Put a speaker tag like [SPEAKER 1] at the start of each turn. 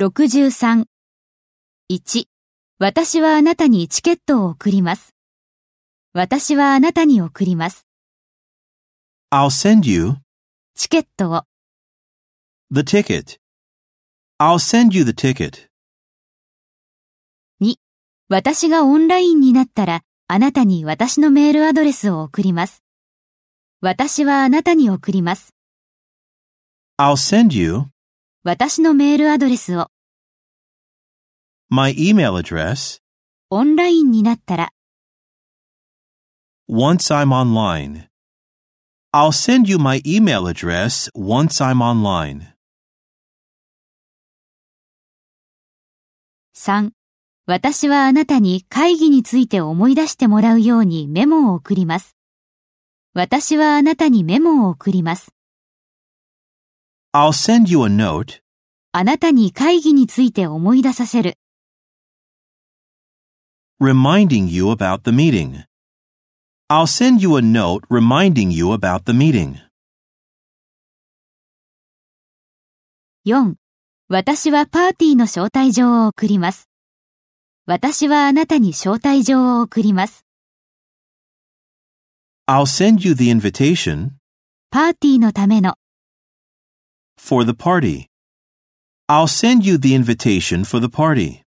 [SPEAKER 1] 63.1. 私はあなたにチケットを送ります。私はあなたに送ります。
[SPEAKER 2] I'll send you
[SPEAKER 1] チケットを。
[SPEAKER 2] the ticket. I'll send you the ticket.
[SPEAKER 1] 私がオンラインになったら、あなたに私のメールアドレスを送ります。私はあなたに送ります。
[SPEAKER 2] I'll send you
[SPEAKER 1] 私のメールアドレスを。
[SPEAKER 2] my email address
[SPEAKER 1] オンラインになったら、
[SPEAKER 2] once I'm online. I'll send you my email address once I'm online.
[SPEAKER 1] 3. 私はあなたに会議について思い出してもらうようにメモを送ります。私はあなたにメモを送ります。
[SPEAKER 2] I'll send you a note
[SPEAKER 1] あなたに会議について思い出させる。
[SPEAKER 2] reminding you about the meeting. I'll send you a note reminding you about the meeting.
[SPEAKER 1] 4. 私はパーティーの招待状を送ります。私はあなたに招待状を送ります。
[SPEAKER 2] I'll send you the invitation
[SPEAKER 1] パーティーのための
[SPEAKER 2] for the party. I'll send you the invitation for the party.